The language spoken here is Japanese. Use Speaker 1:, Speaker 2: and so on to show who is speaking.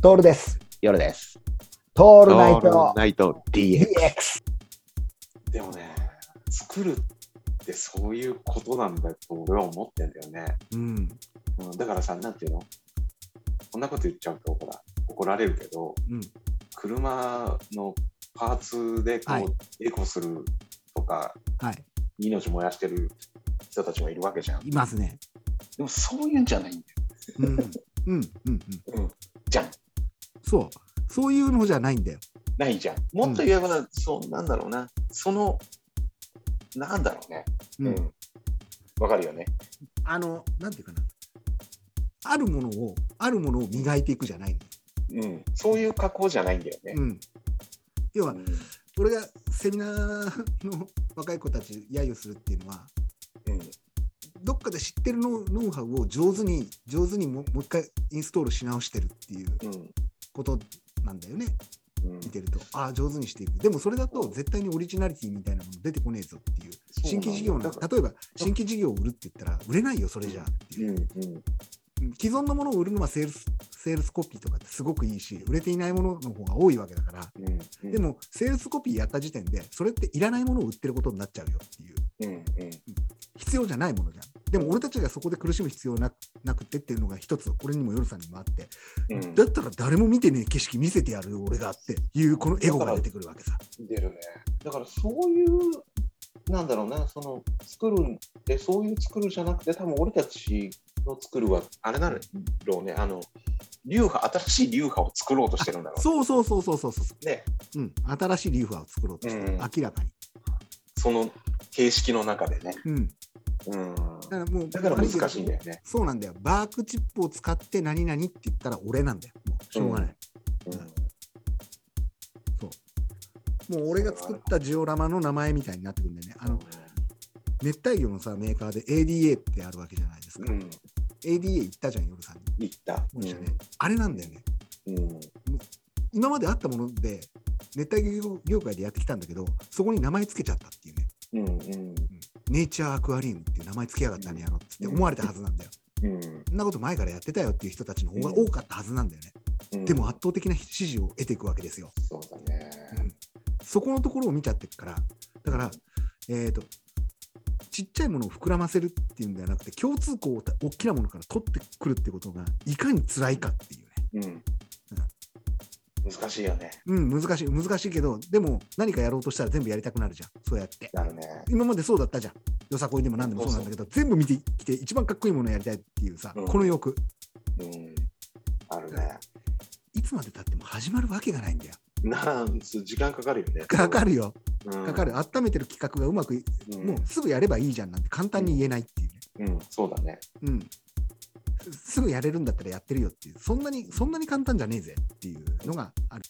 Speaker 1: トールです。
Speaker 2: 夜です。
Speaker 1: ト
Speaker 2: オ
Speaker 1: ールナイト
Speaker 2: ナイト DX。
Speaker 1: DX。
Speaker 3: でもね、作るってそういうことなんだと俺は思ってんだよね。
Speaker 1: うん。
Speaker 3: うん、だからさ、なんていうのこんなこと言っちゃうと、ほら、怒られるけど、
Speaker 1: うん
Speaker 3: 車のパーツでこう、
Speaker 1: はい
Speaker 3: エコするとか、
Speaker 1: はい。
Speaker 3: 命燃やしてる人たちもいるわけじゃん。
Speaker 1: います ね。
Speaker 3: でもそういうんじゃないんだよ。
Speaker 1: うん。うん。うん。うん。
Speaker 3: じゃん。
Speaker 1: そう。そういうのじゃないんだよ。
Speaker 3: ないじゃん。もっと言えば、そう、なんだろうな。その、なんだろうね。
Speaker 1: うん
Speaker 3: わ、かるよね。
Speaker 1: あの、なんていうかな。あるものを、あるものを磨いていくじゃないんだ
Speaker 3: うん。そういう加工じゃないんだよね
Speaker 1: よ。。うん。要は
Speaker 3: う、ん
Speaker 1: 俺がセミナーの若い子たち揶揄するっていうのは、
Speaker 3: うん
Speaker 1: どっかで知ってるノウノウハウを上手に、上手にももう一回インストールし直してるっていう
Speaker 3: うん
Speaker 1: ことなんだよね。
Speaker 3: う
Speaker 1: 見
Speaker 3: ん
Speaker 1: てると、ああ、上手にしていく。でもそれだと絶対にオリジナリティみたいなもの出てこねえぞっていう。新規事業の、
Speaker 3: だから
Speaker 1: 例えば新規事業を売るって言ったら、売れないよ、それじゃあって
Speaker 3: う
Speaker 1: い
Speaker 3: ん
Speaker 1: う。
Speaker 3: うん
Speaker 1: 既存のものを売るのはセールス、セールスコピーとかってすごくいいし、売れていないものの方が多いわけだから。
Speaker 3: うんうん
Speaker 1: でも、セールスコピーやった時点で、それっていらないものを売ってることになっちゃうよっていう。
Speaker 3: うんうん
Speaker 1: 必要じゃないものじゃん。でも、俺たちがそこで苦しむ必要ななくてっていうのが一つ、これにも夜さんにもあって、
Speaker 3: うん
Speaker 1: だったら誰も見てねえ景色見せてやるよ、俺がっていう、このエゴが出てくるわけさ。
Speaker 3: 出るねだからそういうなんだろうなその作るってそういう作るじゃなくて多分俺たちの作るはあれなんだろうねあの流派新しい流派を作ろうとしてるんだろ
Speaker 1: そうそうそうそうそうそうそう
Speaker 3: ね
Speaker 1: う、うん、新しいリーファーを作ろうとしてる、
Speaker 3: うん
Speaker 1: 明らかに、
Speaker 3: その形式の中でね、
Speaker 1: うん、
Speaker 3: うん、
Speaker 1: だからもう
Speaker 3: だから難しいんだよね、
Speaker 1: そうなんだよバークチップを使って何々って言ったら俺なんだよもうしょうがない、
Speaker 3: う
Speaker 1: もう俺が作ったジオラマの名前みたいになってくるんだよねあ
Speaker 3: ん
Speaker 1: の熱帯魚のさメーカーで ADA ってあるわけじゃないですか、
Speaker 3: うん、
Speaker 1: ADA 言ったじゃん夜さんに
Speaker 3: いった、
Speaker 1: もう一緒ね、あれなんだよね
Speaker 3: うん
Speaker 1: 今まであったもので熱帯魚業界でやってきたんだけどそこに名前つけちゃったっていうね
Speaker 3: うんうん
Speaker 1: ネイチャーアクアリウムっていう名前つけやがったねやろっつって思われたはずなんだよ
Speaker 3: うん
Speaker 1: そんなこと前からやってたよっていう人たちの方が
Speaker 3: うん
Speaker 1: 多かったはずなんだよね、
Speaker 3: うん
Speaker 1: でも圧倒的な支持を得ていくわけですよ、
Speaker 3: そうだね
Speaker 1: うんそこのところを見ちゃってるからだからえっ、とちっちゃいものを膨らませるっていうんではなくて共通項を大きなものから取ってくるってことがいかに辛いかっていうね
Speaker 3: うん、難しいよね。
Speaker 1: うん難しい難しいけどでも何かやろうとしたら全部やりたくなるじゃんそうやって
Speaker 3: なるね。
Speaker 1: 今までそうだったじゃんよさこいでも何でもそうなんだけど全部見てきて一番かっこいいものをやりたいっていうさ、
Speaker 3: うん
Speaker 1: この欲
Speaker 3: うん。あるね。
Speaker 1: いつまでたっても始まるわけがないんだよ
Speaker 3: なんす時間かかるよね。
Speaker 1: かかるよ
Speaker 3: うん
Speaker 1: かか。る、温めてる企画がうまくい、
Speaker 3: うん
Speaker 1: もうすぐやればいいじゃんなんて簡単に言えないっていうね、
Speaker 3: うん、そうだね。
Speaker 1: うん、すすぐやれるんだったらやってるよっていう、そんなに、そんなに簡単じゃねえぜっていうのがある。